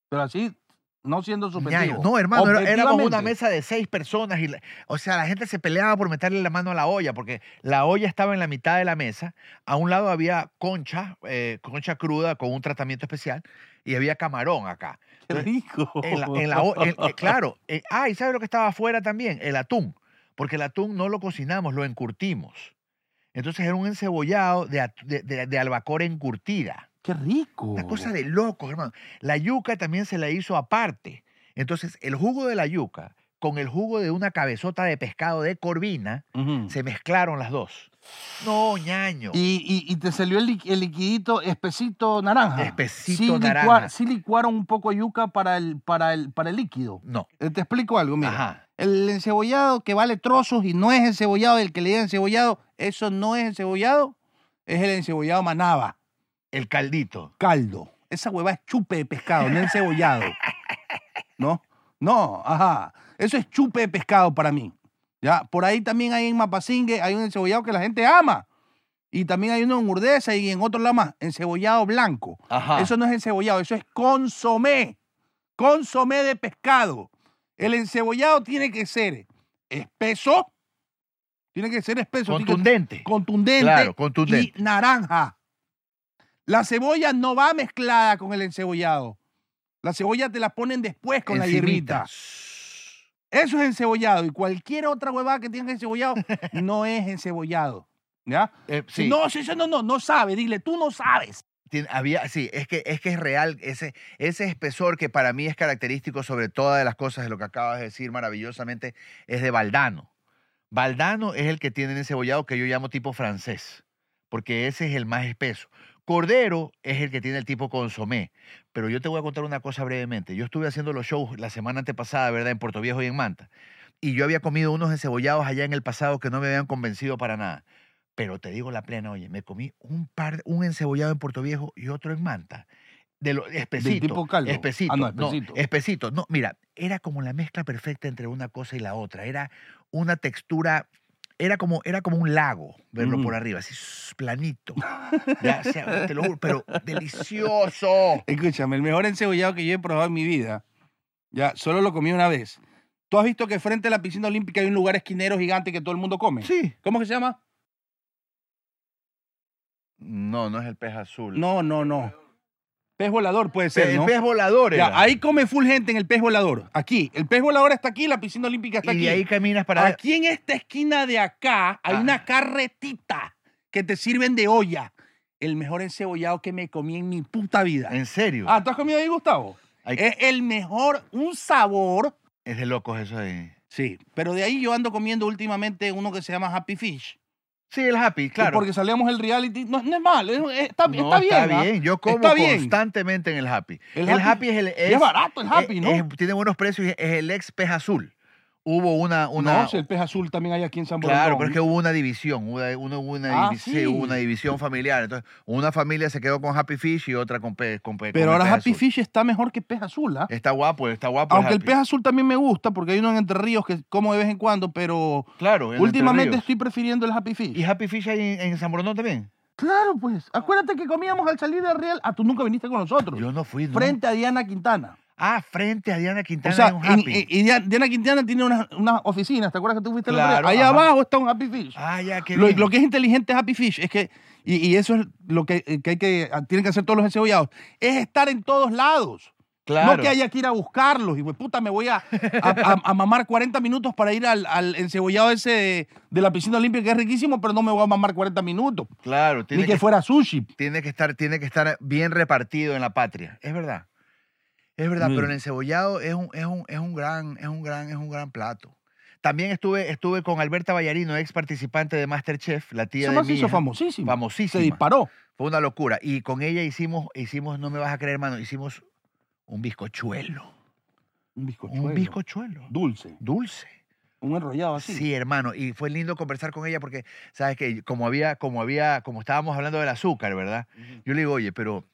S2: Pero así, no siendo
S1: ñaño.
S2: subjetivo.
S1: No, hermano, era- éramos una
S2: Objetivamente.
S1: mesa de seis personas y, la- o sea, la gente se peleaba por meterle la mano a la olla porque la olla estaba en la mitad de la mesa. A un lado había concha, eh, concha cruda con un tratamiento especial y había camarón acá.
S2: Qué rico.
S1: eh, En la- en la o- en- eh, claro. eh, ah, y ¿sabes lo que estaba afuera también? El atún. Porque el atún no lo cocinamos, lo encurtimos. Entonces era un encebollado de, at- de, de- de albacora encurtida.
S2: Qué rico.
S1: Una cosa de locos, hermano. La yuca también se la hizo aparte. Entonces, el jugo de la yuca con el jugo de una cabezota de pescado de corvina
S2: Ujú.
S1: se mezclaron las dos. No, ñaño.
S2: Mm. Y, y- y te salió el, liqui- el liquidito espesito naranja.
S1: Espesito
S2: Sí licua-
S1: naranja.
S2: sí licuaron un poco de yuca para el, para el, para el líquido.
S1: No.
S2: Eh, Te explico algo, mira.
S1: Ajá.
S2: El encebollado que vale trozos y no es encebollado, el que le diga encebollado, eso no es encebollado, es el encebollado manaba,
S1: El caldito.
S2: caldo. Esa hueva es chupe de pescado, no es encebollado. ¿No? No, ajá. Eso es chupe de pescado para mí. ¿Ya? Por ahí también hay en Mapasingue, hay un encebollado que la gente ama. Y también hay uno en Urdesa y en otro lado más, encebollado blanco.
S1: Ajá.
S2: Eso no es encebollado, eso es consomé. Consomé de pescado. El encebollado tiene que ser espeso. Tiene que ser espeso. tiene que-
S1: contundente.
S2: contundente.
S1: Claro, contundente.
S2: Y naranja. La cebolla no va mezclada con el encebollado. La cebolla te la ponen después con la hierbita.
S1: Encimita.
S2: Eso es encebollado. Y cualquier otra huevada que tenga encebollado no es encebollado. ¿Ya?
S1: Eh, sí.
S2: No, sí, sí, no, no, no sabe. Dile, tú no sabes.
S1: Tien- había, sí, es que, es que es real ese, ese espesor que para mí es característico sobre todas las cosas de lo que acabas de decir maravillosamente, es de Baldano. Valdano es el que tiene el encebollado que yo llamo tipo francés, porque ese es el más espeso. Cordero es el que tiene el tipo consomé. Pero yo te voy a contar una cosa brevemente. Yo estuve haciendo los shows la semana antepasada, ¿verdad? En Puerto Viejo y en Manta. Y yo había comido unos encebollados allá en el pasado que no me habían convencido para nada. Pero te digo la plena, oye, me comí un par, un encebollado en Puerto Viejo y otro en Manta. De lo, espesito.
S2: Del tipo caldo.
S1: Espesito.
S2: Ah, no,
S1: no,
S2: espesito.
S1: espesito. No, mira, era como la mezcla perfecta entre una cosa y la otra. Era una textura, era como, era como un lago, verlo
S2: Ujú.
S1: por arriba, así s- planito. Ya, o sea, te lo juro, pero delicioso.
S2: Escúchame, el mejor encebollado que yo he probado en mi vida, ya, solo lo comí una vez. ¿Tú has visto que frente a la piscina olímpica hay un lugar esquinero gigante que todo el mundo come?
S1: Sí.
S2: ¿Cómo que se llama?
S1: No, no es el pez azul.
S2: No, no, no. Pez volador puede
S1: Pe-
S2: ser, ¿no?
S1: El pez volador
S2: Ya,
S1: era.
S2: ahí come full gente en el pez volador. Aquí. El pez volador está aquí, la piscina olímpica está
S1: y
S2: aquí.
S1: de ahí caminas para...
S2: Aquí en esta esquina de acá hay
S1: Ah.
S2: una carretita que te sirven de olla. El mejor encebollado que me comí en mi puta vida.
S1: En serio.
S2: Ah, ¿tú has comido ahí, Gustavo?
S1: Ay.
S2: Es el mejor, un sabor.
S1: Es de locos eso ahí.
S2: Sí, pero de ahí yo ando comiendo últimamente uno que se llama Happy Fish.
S1: Sí, el happy, claro.
S2: Porque salíamos del reality. No, no es mal, es- está,
S1: No,
S2: está bien. ¿ah?
S1: Yo como
S2: Está bien.
S1: constantemente en el happy.
S2: El
S1: El,
S2: Happy-
S1: happy, es el...
S2: Y es barato el Happy,
S1: es-
S2: ¿no?
S1: es- tiene buenos precios y es el ex pez azul. Hubo una... una
S2: No, si el pez azul también hay aquí en San
S1: Claro,
S2: Borondón.
S1: pero es que hubo una división, hubo una, uno- hubo una,
S2: Ah,
S1: divi- sí,
S2: sí.
S1: hubo una división familiar. Entonces, una familia se quedó con Happy Fish y otra con, pe- con, pe-
S2: Pero
S1: con el
S2: ahora
S1: pez
S2: Happy
S1: azul.
S2: Fish está mejor que pez azul, ¿ah?
S1: Está guapo, está guapo.
S2: Aunque el
S1: Happy.
S2: pez azul también me gusta, porque hay uno en Entre Ríos que como de vez en cuando, pero
S1: Claro, en
S2: últimamente
S1: Entre Ríos.
S2: estoy prefiriendo el Happy Fish.
S1: ¿Y Happy Fish hay en, en San Borondón también?
S2: Claro, pues. Acuérdate que comíamos al salir del Real. Ah, tú nunca viniste con nosotros.
S1: Yo no fui, ¿no?
S2: Frente a Diana Quintana.
S1: Ah, frente a Diana
S2: O
S1: Quintana
S2: sea,
S1: en un
S2: en-
S1: Happy.
S2: en- y Dia- Diana Quintana tiene unas unas oficinas, ¿te acuerdas que tú fuiste la
S1: Claro,
S2: otra vez? Allá
S1: ajá.
S2: abajo está un Happy Fish.
S1: ah, ya, qué
S2: Lo,
S1: bien.
S2: lo que es inteligente Happy Fish es que, y, y eso es lo que, que hay que, ah, tienen que hacer todos los encebollados, es estar en todos lados.
S1: claro.
S2: No que haya que ir a buscarlos. Y pues, puta, me voy a, a- a- a mamar 40 minutos para ir al, al encebollado ese de, de la piscina olímpica, que es riquísimo, pero no me voy a mamar 40 minutos.
S1: Claro,
S2: Ni
S1: tiene
S2: que,
S1: que,
S2: fuera sushi.
S1: tiene, que estar, tiene que estar bien repartido en la patria. Es verdad. Es verdad,
S2: Mm.
S1: pero el encebollado es un, es un, es un gran, es un gran, es un gran plato. También estuve, estuve con Alberta Ballarino, ex participante de Masterchef, la tía
S2: Eso
S1: de
S2: más
S1: mi
S2: hizo
S1: hija.
S2: famosísimo. Se
S1: Famosísima.
S2: disparó.
S1: Fue una locura. Y con ella hicimos, hicimos, no me vas a creer, hermano, hicimos un bizcochuelo.
S2: Un bizcochuelo. Ah,
S1: Un bizcochuelo.
S2: dulce.
S1: Dulce.
S2: Un enrollado así.
S1: Sí, hermano. Y fue lindo conversar con ella porque, sabes que como había, como había, como estábamos hablando del azúcar, ¿verdad? Yo le digo, oye, pero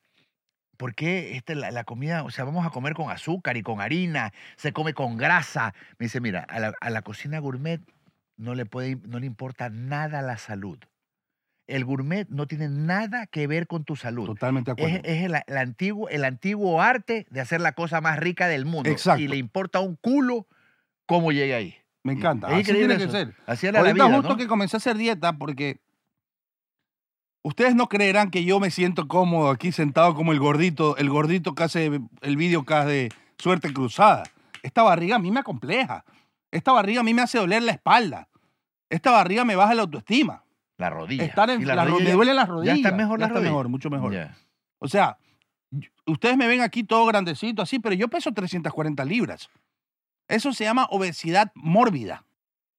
S1: ¿por qué este, la, la comida, o sea, vamos a comer con azúcar y con harina, se come con grasa? Me dice, mira, a la, a la cocina gourmet no le, puede, no le importa nada la salud. El gourmet no tiene nada que ver con tu salud.
S2: Totalmente de acuerdo.
S1: Es, es el, el antiguo, el antiguo arte de hacer la cosa más rica del mundo.
S2: Exacto.
S1: Y le importa un culo cómo llegue ahí.
S2: me encanta.
S1: es
S2: Así
S1: increíble
S2: tiene que
S1: eso.
S2: ser.
S1: Así era la
S2: Ahorita
S1: vida,
S2: justo
S1: ¿no?
S2: que comencé a hacer dieta porque ustedes no creerán que yo me siento cómodo aquí sentado como el gordito, el gordito que hace el video que de Suerte Cruzada. Esta barriga a mí me acompleja. Esta barriga a mí me hace doler la espalda. Esta barriga me baja la autoestima.
S1: La rodilla.
S2: Estar en,
S1: Y
S2: la ro-
S1: rodilla
S2: me
S1: ya-
S2: duelen las rodillas.
S1: está mejor la
S2: está
S1: rodilla.
S2: mejor, mucho mejor.
S1: Ya.
S2: O sea, yo- ustedes me ven aquí todo grandecito así, pero yo peso 340 libras. Eso se llama obesidad mórbida.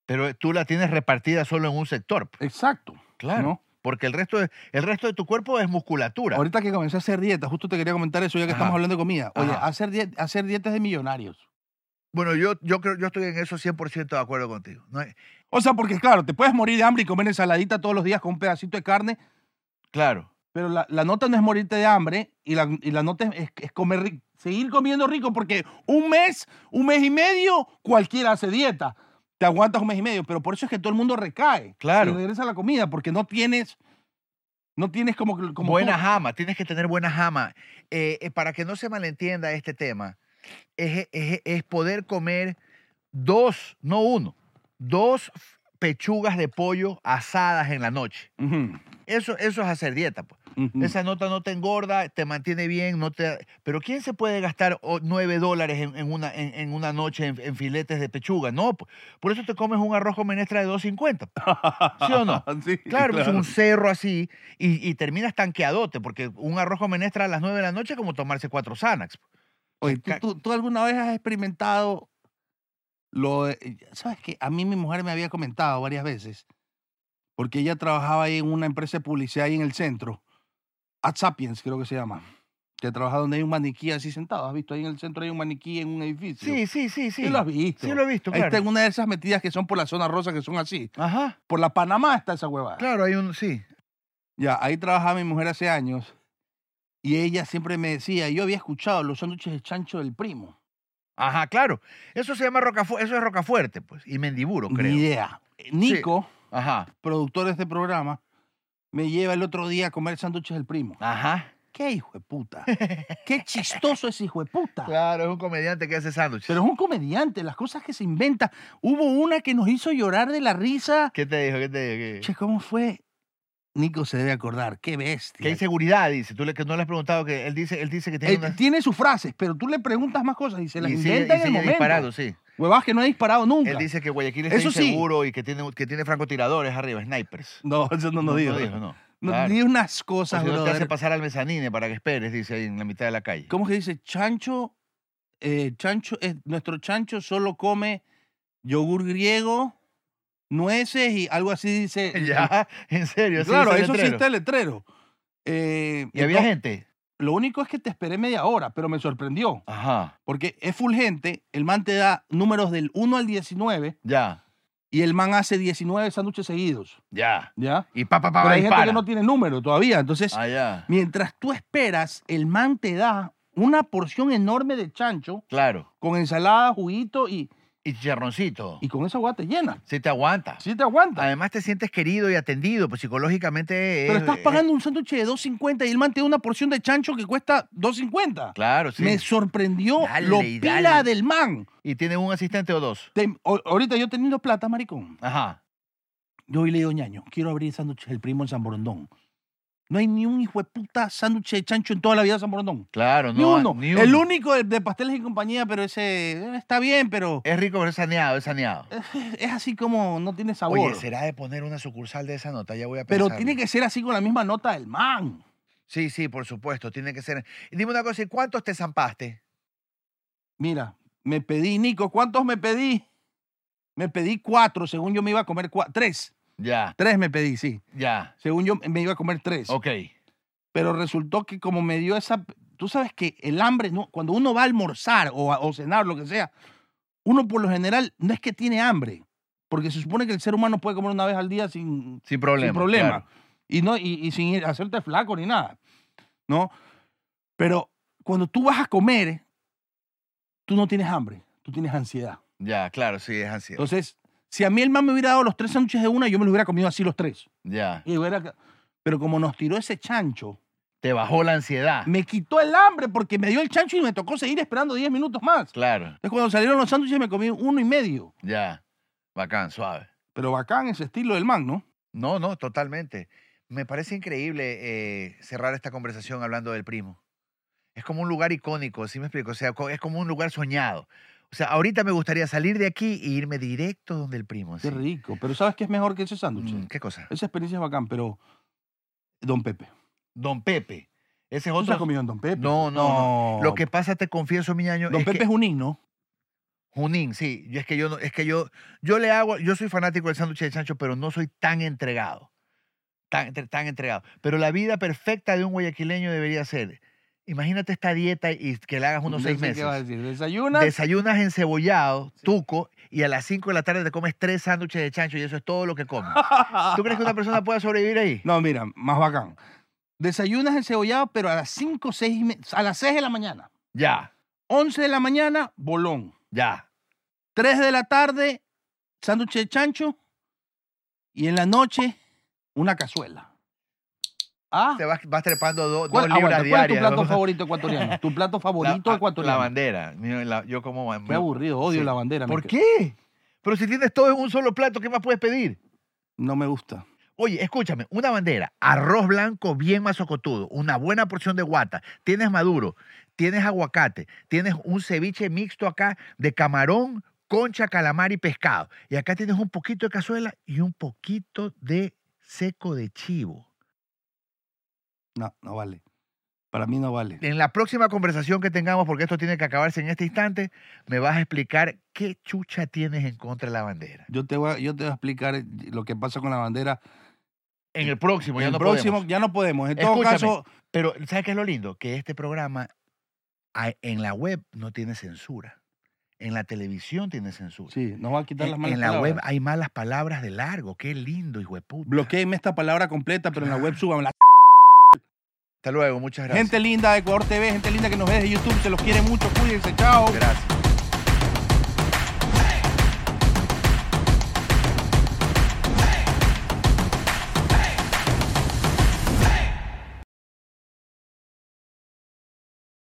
S1: Pero tú la tienes repartida solo en un sector. pues.
S2: Exacto.
S1: Claro.
S2: ¿no?
S1: Porque el resto, de, el resto de tu cuerpo es musculatura.
S2: Ahorita que comencé a hacer dieta, justo te quería comentar eso, ya que
S1: Ajá.
S2: estamos hablando de comida. Oye,
S1: Ajá.
S2: hacer, die- hacer dietas de millonarios.
S1: Bueno, yo, yo, creo, yo estoy en eso 100% de acuerdo contigo. No hay-
S2: O sea, porque claro, te puedes morir de hambre y comer ensaladita todos los días con un pedacito de carne,
S1: claro.
S2: pero la, la nota no es morirte de hambre y la, y la nota es, es comer ri- seguir comiendo rico, porque un mes, un mes y medio, cualquiera hace dieta. Te aguantas un mes y medio, pero por eso es que todo el mundo recae.
S1: Claro.
S2: Y regresa a la comida, porque no tienes, no tienes como... que- como
S1: buena
S2: tú.
S1: jama, tienes que tener buena jama. Eh, eh, para que no se malentienda este tema, es, es- es poder comer dos, no uno, dos pechugas de pollo asadas en la noche.
S2: Ujú,
S1: Eso, eso es hacer dieta. pues.
S2: ujú.
S1: Esa nota no te engorda, te mantiene bien, no te... Pero ¿quién se puede gastar 9 dólares en, en una, en, en una noche en, en filetes de pechuga? No, po. por eso te comes un arroz con menestra de 2.50. ¿Sí o no?
S2: Sí,
S1: Claro, pues, un cerro así y, y terminas tanqueadote, porque un arroz con menestra a las 9 de la noche es como tomarse cuatro Xanax. pues. po.
S2: Oye, ¿tú,
S1: Ca-
S2: tú- tú alguna vez has experimentado Lo, eh, ¿Sabes qué? A mí mi mujer me había comentado varias veces, porque ella trabajaba ahí en una empresa de publicidad ahí en el centro, Ad Sapiens creo que se llama, que trabaja donde hay un maniquí así sentado. ¿Has visto ahí en el centro hay un maniquí en un edificio?
S1: Sí, sí, sí, sí.
S2: Sí, lo has visto.
S1: Sí lo he visto,
S2: Ahí está
S1: claro.
S2: en una de esas metidas que son por la zona rosa que son así.
S1: Ajá.
S2: Por la Panamá está esa huevada.
S1: Claro, hay un. Sí.
S2: Ya, ahí trabajaba mi mujer hace años y ella siempre me decía, yo había escuchado los sándwiches de chancho del primo.
S1: Ajá, claro. Eso se llama rocafu eso es rocafuerte, pues. Y mendiburo, creo.
S2: Ni idea. Nico,
S1: Ajá.
S2: productor de este programa, me lleva el otro día a comer sándwiches del primo.
S1: Ajá.
S2: ¿Qué hijo de puta? ¿Qué chistoso es hijo de puta?
S1: Claro, es un comediante que hace sándwiches.
S2: Pero es un comediante, las cosas que se inventa. Hubo una que nos hizo llorar de la risa.
S1: ¿Qué te dijo? ¿Qué te dijo?
S2: Che, ¿cómo fue? Nico se debe acordar, qué
S1: Que, que
S2: bestia.
S1: hay seguridad, dice. Tú le, que no le has preguntado que él dice, él dice que tiene
S2: Él
S1: una.
S2: tiene sus frases, pero tú le preguntas más cosas y se las
S1: y sigue-
S2: inventa
S1: y
S2: en el
S1: sigue
S2: momento.
S1: disparado, sí.
S2: Huevas que no he disparado nunca.
S1: Él dice que Guayaquil está
S2: Eso sí.
S1: inseguro y que tiene, que tiene francotiradores arriba, snipers.
S2: No, eso no lo digo.
S1: No, dijo,
S2: No,
S1: no. Claro.
S2: di unas
S1: O sea,
S2: cosas,
S1: no te
S2: brother.
S1: hace pasar al mezanine para que esperes, dice ahí en la mitad de la calle.
S2: ¿Cómo que dice? Chancho, eh, chancho, eh, nuestro chancho solo come yogur griego, nueces y algo así dice.
S1: Ya, en serio. así
S2: Claro,
S1: dice el
S2: eso sí
S1: letrero.
S2: está el letrero. Eh,
S1: Y había
S2: entonces,
S1: gente.
S2: Lo único es que te esperé media hora, pero me sorprendió.
S1: Ajá,
S2: Porque es fulgente, el man te da números del 1 al 19
S1: ya,
S2: y el man hace 19 sándwiches seguidos,
S1: ya.
S2: ¿ya?
S1: Y pa, pa, pa,
S2: Pero hay gente
S1: dispara.
S2: que no tiene número todavía, entonces
S1: Ah, ya,
S2: Mientras tú esperas, el man te da una porción enorme de chancho
S1: claro.
S2: con ensalada, juguito y,
S1: Y chicharroncito.
S2: y con esa agua te llena.
S1: Sí te aguanta.
S2: Sí te aguanta.
S1: Además te sientes querido y atendido, pues psicológicamente...
S2: Pero
S1: es-
S2: estás
S1: es-
S2: pagando un sándwich de 2.50 y el man te da una porción de chancho que cuesta 2.50.
S1: Claro, sí.
S2: Me sorprendió
S1: Dale
S2: lo
S1: y
S2: pila
S1: dale.
S2: del man.
S1: Y tiene un asistente o dos.
S2: Te- o- ahorita yo teniendo plata, maricón.
S1: Ajá.
S2: Yo hoy le digo, ñaño, quiero abrir sándwiches el primo en San Borondón. No hay ni un hijo de puta sándwich de chancho en toda la vida de San Borondón.
S1: Claro,
S2: Ni,
S1: no.
S2: uno.
S1: ni
S2: El
S1: uno.
S2: único de, de pasteles y compañía, pero ese eh, está bien, pero...
S1: Es rico, pero es saneado, es saneado.
S2: es así como no tiene sabor.
S1: Oye, ¿será de poner una sucursal de esa nota? Ya voy a pensar.
S2: pero tiene que ser así con la misma nota del man.
S1: Sí, sí, por supuesto, tiene que ser... Y Dime una cosa, ¿y cuántos te zampaste?
S2: Mira, me pedí, Nico, ¿cuántos me pedí? Me pedí cuatro, según yo me iba a comer cua- tres.
S1: Ya,
S2: Tres me pedí, sí.
S1: ya.
S2: Según yo me iba a comer tres.
S1: Ok.
S2: Pero resultó que como me dio esa... Tú sabes que el hambre, no, cuando uno va a almorzar o, a- o cenar, lo que sea, uno por lo general no es que tiene hambre. Porque se supone que el ser humano puede comer una vez al día sin,
S1: Sin problema.
S2: sin problema.
S1: claro.
S2: Y, no, y, y sin ir- hacerte flaco ni nada. ¿No? Pero cuando tú vas a comer, tú no tienes hambre, tú tienes ansiedad.
S1: Ya, claro, sí, es ansiedad.
S2: Entonces, si a mí el man me hubiera dado los tres sándwiches de una, yo me los hubiera comido así los tres.
S1: Ya.
S2: Y hubiera ca- Pero como nos tiró ese chancho,
S1: Te bajó la ansiedad.
S2: me quitó el hambre porque me dio el chancho y me tocó seguir esperando 10 minutos más.
S1: Claro,
S2: Entonces, cuando salieron los sándwiches, me comí uno y medio.
S1: ya. Bacán, suave.
S2: Pero bacán ese estilo del man, ¿no?
S1: No, no, totalmente. Me parece increíble eh, cerrar esta conversación hablando del primo. Es como un lugar icónico, ¿sí me explico? O sea, co- es como un lugar soñado. O sea, ahorita me gustaría salir de aquí e irme directo donde el primo.
S2: Qué
S1: así.
S2: rico. Pero ¿sabes qué es mejor que ese sándwich?
S1: Mm, ¿Qué cosa?
S2: Esa experiencia es bacán, pero Don Pepe.
S1: Don Pepe. Ese es
S2: ¿Tú has
S1: otro.
S2: comido en Don Pepe?
S1: No, no, no. Lo que pasa, te confieso, mi año.
S2: Don
S1: es
S2: Pepe
S1: que...
S2: es un himno.
S1: Junín, sí. Yo es que yo no, es que yo, yo le hago, yo soy fanático del sándwich de chancho, pero no soy tan entregado. Tan, entre- tan entregado. Pero la vida perfecta de un guayaquileño debería ser. Imagínate esta dieta y que la hagas unos
S2: Ya
S1: seis
S2: sé ¿Qué vas a
S1: meses.
S2: decir? ¿Desayunas?
S1: Desayunas encebollado, tuco, y a las 5 de la tarde te comes tres sándwiches de chancho y eso es todo lo que comes. ¿Tú crees que una persona pueda sobrevivir ahí?
S2: No, mira, más bacán. Desayunas encebollado, pero a las 5, 6, a las 6 de la mañana.
S1: Ya,
S2: 11 de la mañana, bolón.
S1: ya.
S2: 3 de la tarde, sándwich de chancho. Y en la noche, una cazuela. Ah,
S1: Te vas, vas trepando do- dos
S2: ¿cuál,
S1: libras
S2: aguanta, ¿cuál es tu
S1: diarias.
S2: plato
S1: ¿no?
S2: favorito ecuatoriano? Tu plato
S1: La-
S2: favorito
S1: La,
S2: ecuatoriano.
S1: bandera. Mira, la- yo como
S2: Qué aburrido, odio
S1: Sí.
S2: la bandera. me
S1: ¿Por
S2: quedo.
S1: qué? Pero si tienes todo en un solo plato, ¿qué más puedes pedir?
S2: No me gusta.
S1: Oye, escúchame, una bandera, arroz blanco bien mazocotudo, una buena porción de guata, tienes maduro, tienes aguacate, tienes un ceviche mixto acá de camarón, concha, calamar y pescado. Y acá tienes un poquito de cazuela y un poquito de seco de chivo.
S2: No, no vale. para mí no vale.
S1: En la próxima conversación que tengamos, porque esto tiene que acabarse en este instante, me vas a explicar qué chucha tienes en contra de la bandera.
S2: Yo te voy a, yo te voy a explicar eh, lo que pasa con la bandera.
S1: En el próximo, pues ya
S2: el
S1: no
S2: próximo
S1: podemos.
S2: ya no podemos. En todo
S1: Escúchame.
S2: caso,
S1: Pero, ¿sabes qué es lo lindo? Que este programa a- en la web no tiene censura. En la televisión tiene censura.
S2: sí, nos va a quitar
S1: En,
S2: las malas
S1: en la
S2: palabras.
S1: web hay malas palabras de largo. Qué lindo, hijo de puta.
S2: Bloquéenme esta palabra completa, pero en la web súbanla.
S1: Hasta luego, muchas gracias.
S2: Gente linda de Ecuador TV, gente linda que nos ve desde YouTube, se los quiere mucho, cuídense, chao.
S1: gracias.